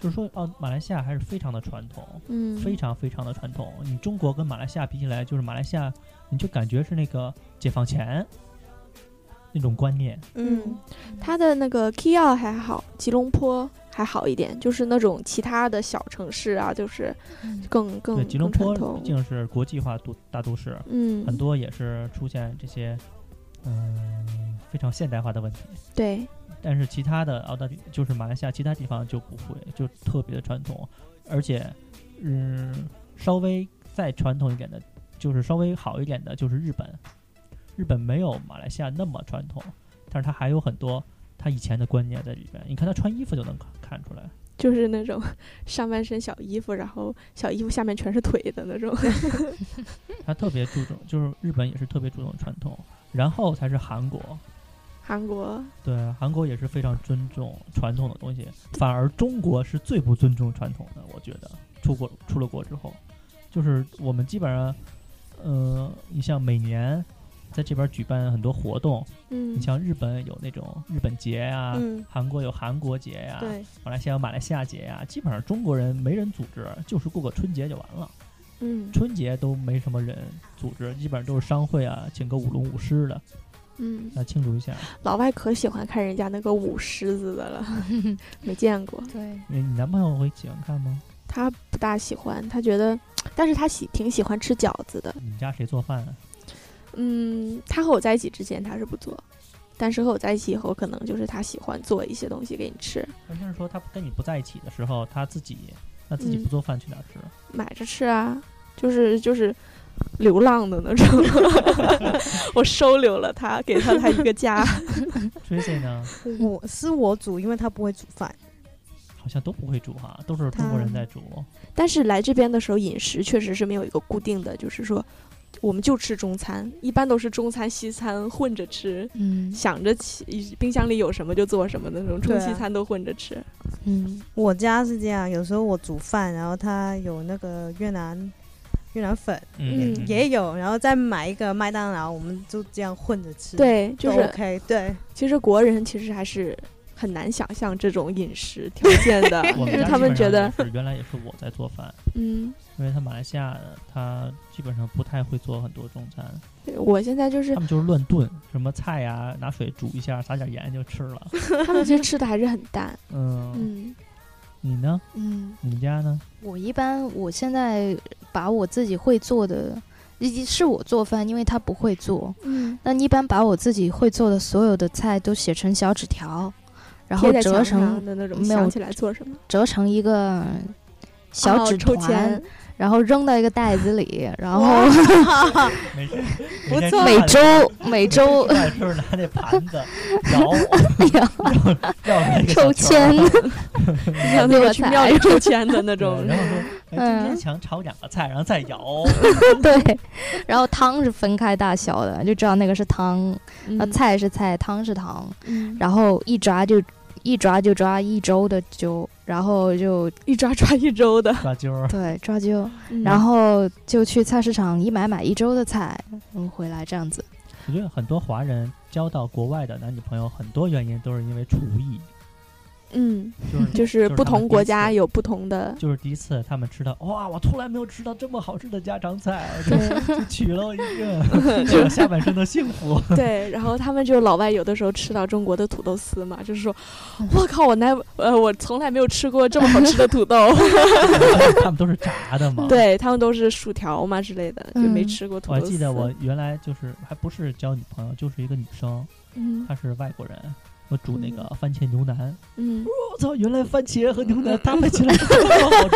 Speaker 3: 就是说哦，马来西亚还是非常的传统，
Speaker 4: 嗯，
Speaker 3: 非常非常的传统。你中国跟马来西亚比起来，就是马来西亚，你就感觉是那个解放前那种观念。
Speaker 4: 嗯，它的那个 k i a 还好，吉隆坡还好一点，就是那种其他的小城市啊，就是更
Speaker 3: 对，
Speaker 4: 更
Speaker 3: 吉隆
Speaker 4: 更
Speaker 3: 坡
Speaker 4: 传统
Speaker 3: 毕竟是国际化都大都市，
Speaker 4: 嗯，
Speaker 3: 很多也是出现这些嗯、非常现代化的问题。
Speaker 4: 对，
Speaker 3: 但是其他的澳大利就是马来西亚其他地方就不会，就特别的传统，而且嗯，稍微再传统一点的，就是稍微好一点的，就是日本。日本没有马来西亚那么传统，但是它还有很多它以前的观念在里边。你看他穿衣服就能看看出来，
Speaker 4: 就是那种 上半身小衣服，然后小衣服下面全是腿的那种。
Speaker 3: 他特别注重，就是日本也是特别注重传统，然后才是韩国。
Speaker 4: 韩国，
Speaker 3: 对，韩国也是非常尊重传统的东西，反而中国是最不尊重传统的。我觉得出国出了国之后，就是我们基本上，呃，你像每年在这边举办很多活动，
Speaker 4: 嗯
Speaker 3: 你，像日本有那种日本节呀、
Speaker 6: 嗯，
Speaker 3: 韩国有韩国节呀、
Speaker 6: 对，
Speaker 3: 马来西亚有马来西亚节呀、基本上中国人没人组织，就是过个春节就完了。
Speaker 4: 嗯
Speaker 3: 春节都没什么人组织，基本上都是商会啊，请个舞龙舞狮的
Speaker 4: 嗯，
Speaker 3: 来庆祝一下。
Speaker 4: 老外可喜欢看人家那个舞狮子 的了，没见过。
Speaker 7: 对，
Speaker 3: 你你男朋友会喜欢看吗？
Speaker 4: 他不大喜欢，他觉得，但是他喜挺喜欢吃饺子的。
Speaker 3: 你们家谁做饭、啊？
Speaker 4: 嗯，他和我在一起之前他是不做，但是和我在一起以后，可能就是他喜欢做一些东西给你吃，
Speaker 3: 关键是说他跟你不在一起的时候，他自己那自己
Speaker 4: 嗯
Speaker 3: 不做饭去哪儿吃？
Speaker 4: 买着吃啊，就是就是流浪的 那种。我收留了他，给了他一个家。
Speaker 3: Tracy 呢，
Speaker 6: 我是我煮，因为他不会煮饭。
Speaker 3: 好像都不会煮哈，都是中国人在煮。
Speaker 4: 但是来这边的时候，饮食确实是没有一个固定的，就是说我们就吃中餐，一般都是中餐西餐混着吃。
Speaker 7: 嗯
Speaker 4: 想着起冰箱里有什么就做什么的那种，中
Speaker 6: 对啊
Speaker 4: 西餐都混着吃。
Speaker 7: 嗯
Speaker 6: 我家是这样，有时候我煮饭，然后他有那个越南越南粉、
Speaker 4: 嗯嗯
Speaker 6: 也有，然后再买一个麦当劳，我们就这样混着吃。，
Speaker 4: 对，就是
Speaker 6: OK。对，
Speaker 4: 其实国人其实还是很难想象这种饮食条件的
Speaker 3: 我，们
Speaker 4: 就是
Speaker 3: 家
Speaker 4: 他们
Speaker 3: 基
Speaker 4: 觉
Speaker 3: 本上
Speaker 4: 得
Speaker 3: 也，是原来也是我在做饭，
Speaker 4: 嗯，
Speaker 3: 因为他马来西亚的他基本上不太会做很多中餐，
Speaker 4: 对我现在就是
Speaker 3: 他们就是乱炖，什么菜呀、拿水煮一下，撒点盐就吃了。
Speaker 4: 他们其实吃的还是很淡，
Speaker 3: 嗯，
Speaker 4: 嗯
Speaker 3: 你呢？
Speaker 7: 嗯，
Speaker 3: 你们家呢？
Speaker 7: 我一般我现在把我自己会做的，一是我做饭，因为他不会做，
Speaker 4: 嗯，
Speaker 7: 那一般把我自己会做的所有的菜都写成小纸条，然后
Speaker 4: 贴在
Speaker 7: 折
Speaker 4: 墙上
Speaker 7: 成
Speaker 4: 的那种，
Speaker 7: 没有
Speaker 4: 想起来做什么，
Speaker 7: 折成一个小
Speaker 4: 哦
Speaker 7: 纸
Speaker 4: 抽
Speaker 7: 团，
Speaker 4: 签，
Speaker 7: 然后扔到一个袋子 里，然后
Speaker 3: 没事，
Speaker 6: 不
Speaker 3: 每天
Speaker 6: 错
Speaker 3: 吃 饭
Speaker 7: 每周每周
Speaker 3: 吃饭的时候拿那盘子 摇，
Speaker 7: 哎呀
Speaker 3: 绕那个小
Speaker 7: 抽
Speaker 3: 圈 儿
Speaker 7: 签，
Speaker 4: 像那个去
Speaker 7: 彩
Speaker 4: 庙 里抽签的那种
Speaker 3: 对，然后说，哎，今天
Speaker 7: 嗯
Speaker 3: 想炒两个菜，然后再 摇，
Speaker 7: 对，然后汤是分开大小的，就知道那个是汤，
Speaker 4: 嗯
Speaker 7: 啊，菜是菜，汤是汤，
Speaker 4: 嗯
Speaker 7: 然后一抓就一抓就抓一周的揪，然后就
Speaker 4: 一抓抓一周的，
Speaker 3: 抓阄儿。
Speaker 7: 对抓阄，
Speaker 4: 嗯
Speaker 7: 然后就去菜市场一买买一周的菜，嗯，回来这样子。
Speaker 3: 我觉得很多华人交到国外的男女朋友，很多原因都是因为厨艺，
Speaker 4: 嗯，
Speaker 3: 就是
Speaker 4: 就是不同国家
Speaker 3: 有，
Speaker 4: 有不 同的，
Speaker 3: 就是第一次他们吃到，哇，我从来没有吃到这么好吃的家常菜，就就娶了我一个，就下半身的幸福。
Speaker 4: 对，然后他们就老外有的时候吃到中国的土豆丝嘛，就是说，
Speaker 7: 嗯
Speaker 4: 我靠，我那呃，我从来没有吃过这么好吃的土豆，
Speaker 3: 他们都是炸的嘛。。
Speaker 4: 对他们都是薯条嘛之类的，就没
Speaker 7: 嗯
Speaker 4: 吃过土
Speaker 3: 我
Speaker 4: 豆
Speaker 3: 还
Speaker 4: 丝。
Speaker 3: 记得我原来就是还不是交女朋友，就是一个女生，
Speaker 4: 嗯
Speaker 3: 她是外国人，我煮那个番茄牛腩，
Speaker 4: 嗯，
Speaker 3: 我操，原来番茄和牛腩搭配起来这么好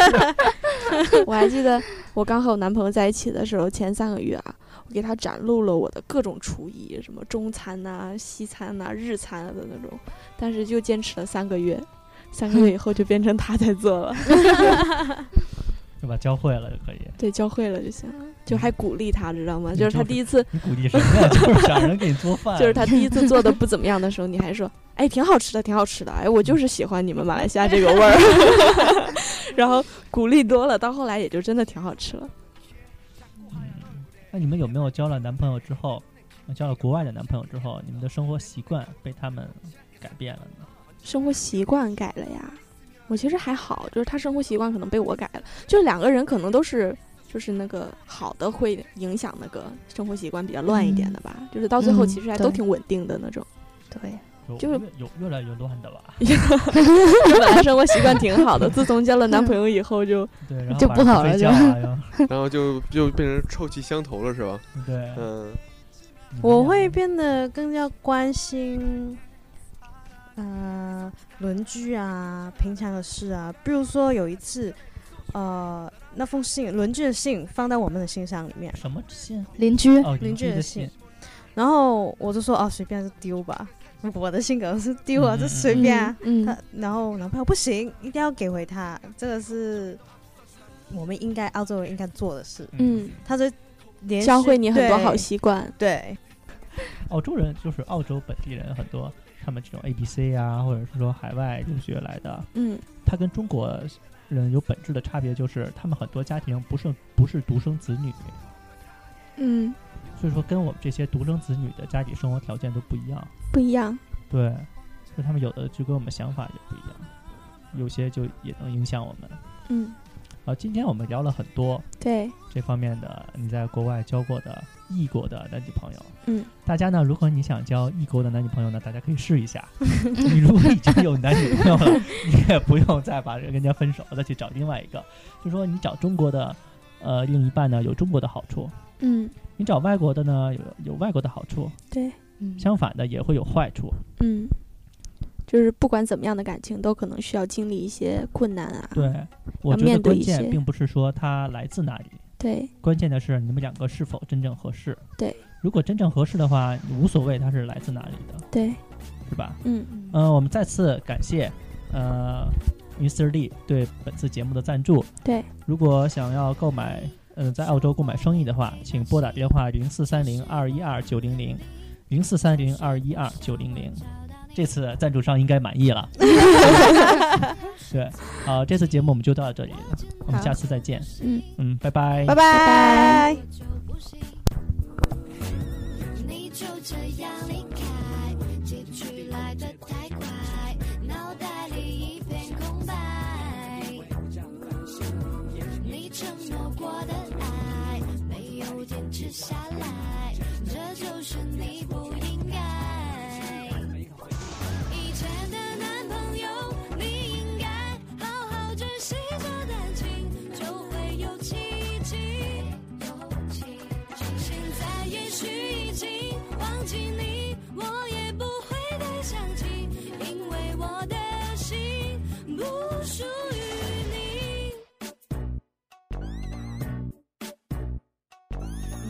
Speaker 3: 吃。
Speaker 4: 我还记得我刚和我男朋友在一起的时候，前三个月啊，我给他展露了我的各种厨艺，什么中餐呐、西餐呐、日餐啊的那种，但是就坚持了三 个月。三个月以后就变成他在做了，
Speaker 3: 是吧？教会了就可以。
Speaker 4: 对，教会了就行了，就还鼓励他，知道 吗？
Speaker 3: 你
Speaker 4: 就是他
Speaker 3: 就是
Speaker 4: 第一次
Speaker 3: 你鼓励什么呀？ 就是想人给你做饭。
Speaker 4: 就是他 第一次做的不怎么样的时候，你还说，哎，挺好吃的，挺好吃的，哎，我就是喜欢你们马来西亚这个味儿。然后鼓励多了，到后来也就真的挺好吃了。
Speaker 3: 嗯，那你们有没有交了男朋友之后，呃交了国外的男朋友之后，你们的生活习惯被他们改变了呢？
Speaker 4: 生活习惯改了呀，我其实还好，就是他生活习惯可能被我改了，就是两个人可能都是。就是那个好的会影响那个生活习惯比较乱一点的吧，就是到最后
Speaker 7: 嗯
Speaker 4: 其实还都
Speaker 7: 对
Speaker 4: 挺稳定的那 种。
Speaker 7: 对，
Speaker 3: 有
Speaker 4: 就是
Speaker 3: 越有越来越乱的吧？
Speaker 4: 本来生活习惯挺好的，自从交了男朋友以后就
Speaker 3: 对，然后
Speaker 7: 就
Speaker 3: 晚
Speaker 7: 不
Speaker 3: 上
Speaker 7: 好了
Speaker 3: 睡
Speaker 7: 就
Speaker 3: 觉啊，然后
Speaker 5: 然后就就变成臭气相投了，是 吧？
Speaker 3: 对，
Speaker 5: 嗯，
Speaker 3: 你们
Speaker 6: 我
Speaker 3: 两
Speaker 6: 会
Speaker 3: 个
Speaker 6: 变得更加关心，呃，邻居啊，平常的事啊。比如说有一次，呃，那封信，邻居的信放在我们的信箱里面，
Speaker 3: 什么信？
Speaker 7: 邻居
Speaker 3: 哦，
Speaker 6: 邻居
Speaker 3: 的
Speaker 6: 的信，然后我就说哦，随便就丢吧。我的性格是丢啊，
Speaker 3: 嗯
Speaker 6: 就
Speaker 3: 嗯
Speaker 6: 随
Speaker 3: 嗯
Speaker 6: 便啊。
Speaker 4: 嗯
Speaker 6: 他然后男朋友不行，一定要给回他，这个是我们应该澳洲人应该做的事。
Speaker 4: 嗯，
Speaker 6: 他就连续
Speaker 4: 教会你很多好
Speaker 6: 对
Speaker 4: 习惯。
Speaker 6: 对，
Speaker 3: 澳洲人就是澳洲本地人，很多他们这种 A B C 啊，或者是说海外留学来的，
Speaker 4: 嗯
Speaker 3: 他跟中国人有本质的差别，就是他们很多家庭不是不是独生子女，
Speaker 4: 嗯，
Speaker 3: 所以说跟我们这些独生子女的家里生活条件都不一样。
Speaker 4: 不一样。
Speaker 3: 对，就他们有的就跟我们想法也不一样，有些就也能影响我们。
Speaker 4: 嗯，
Speaker 3: 啊，今天我们聊了很多
Speaker 4: 对，
Speaker 3: 这方面的，你在国外交过的异国的男女朋友。
Speaker 4: 嗯，
Speaker 3: 大家呢，如果你想交异国的男女朋友呢，大家可以试一下。你如果已经有男女朋友了， 你也不用再把人跟人家分手，再去找另外一个。就说你找中国的，呃，另一半呢有中国的好处，
Speaker 4: 嗯
Speaker 3: 你找外国的呢有有外国的好处，
Speaker 4: 对，
Speaker 7: 嗯
Speaker 3: 相反的也会有坏处。
Speaker 4: 嗯，就是不管怎么样的感情，都可能需要经历一些困难啊。
Speaker 3: 对，我
Speaker 4: 要
Speaker 3: 觉得
Speaker 4: 面对
Speaker 3: 关
Speaker 4: 一
Speaker 3: 键
Speaker 4: 些
Speaker 3: 并不是说他来自哪里，
Speaker 4: 对
Speaker 3: 关键的是你们两个是否真正合适。
Speaker 4: 对，
Speaker 3: 如果真正合适的话，无所谓他是来自哪里的，
Speaker 4: 对，
Speaker 3: 是吧？
Speaker 4: 嗯
Speaker 3: 嗯、我们再次感谢，呃，Mr. Lee 对本次节目的赞助。
Speaker 4: 对，
Speaker 3: 如果想要购买，嗯、在澳洲购买生意的话，请拨打电话零四三零二一二九零零，零四三零二一二九零零。这次赞助商应该满意了。对，好、这次节目我们就到这里了，我们
Speaker 6: 好
Speaker 3: 下次再见。
Speaker 4: 嗯。
Speaker 3: 嗯，拜拜。
Speaker 4: 拜
Speaker 6: 拜拜。
Speaker 2: 就不行，你就这样离开，结局来得太快，脑袋里一片空白。你承诺过的爱，没有坚持下来，这就是你不应该。以前的男朋友，你应该好好珍惜这段情，就会有奇迹。现在也许已经忘记你，我也不会再想起，因为我的心不属于你。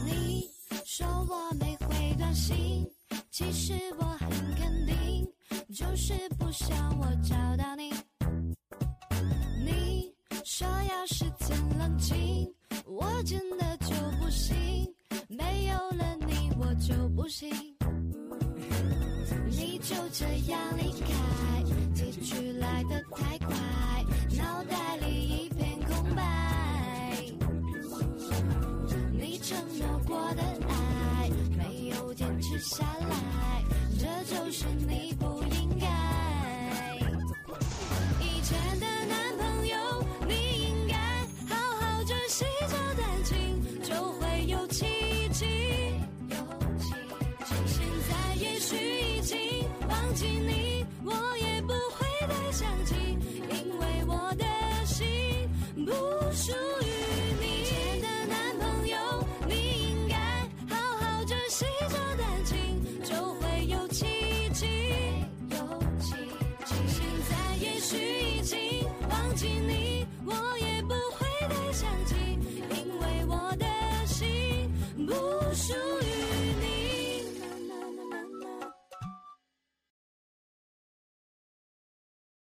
Speaker 2: 你说我没回短信，其实我很肯定，就是不想我找到你。你说要是天冷清，我真的就不行，没有了你我就不行。你就这样离开，结局来得太快，脑袋里一片空白。你承诺过的爱，没有坚持下来，这就是你不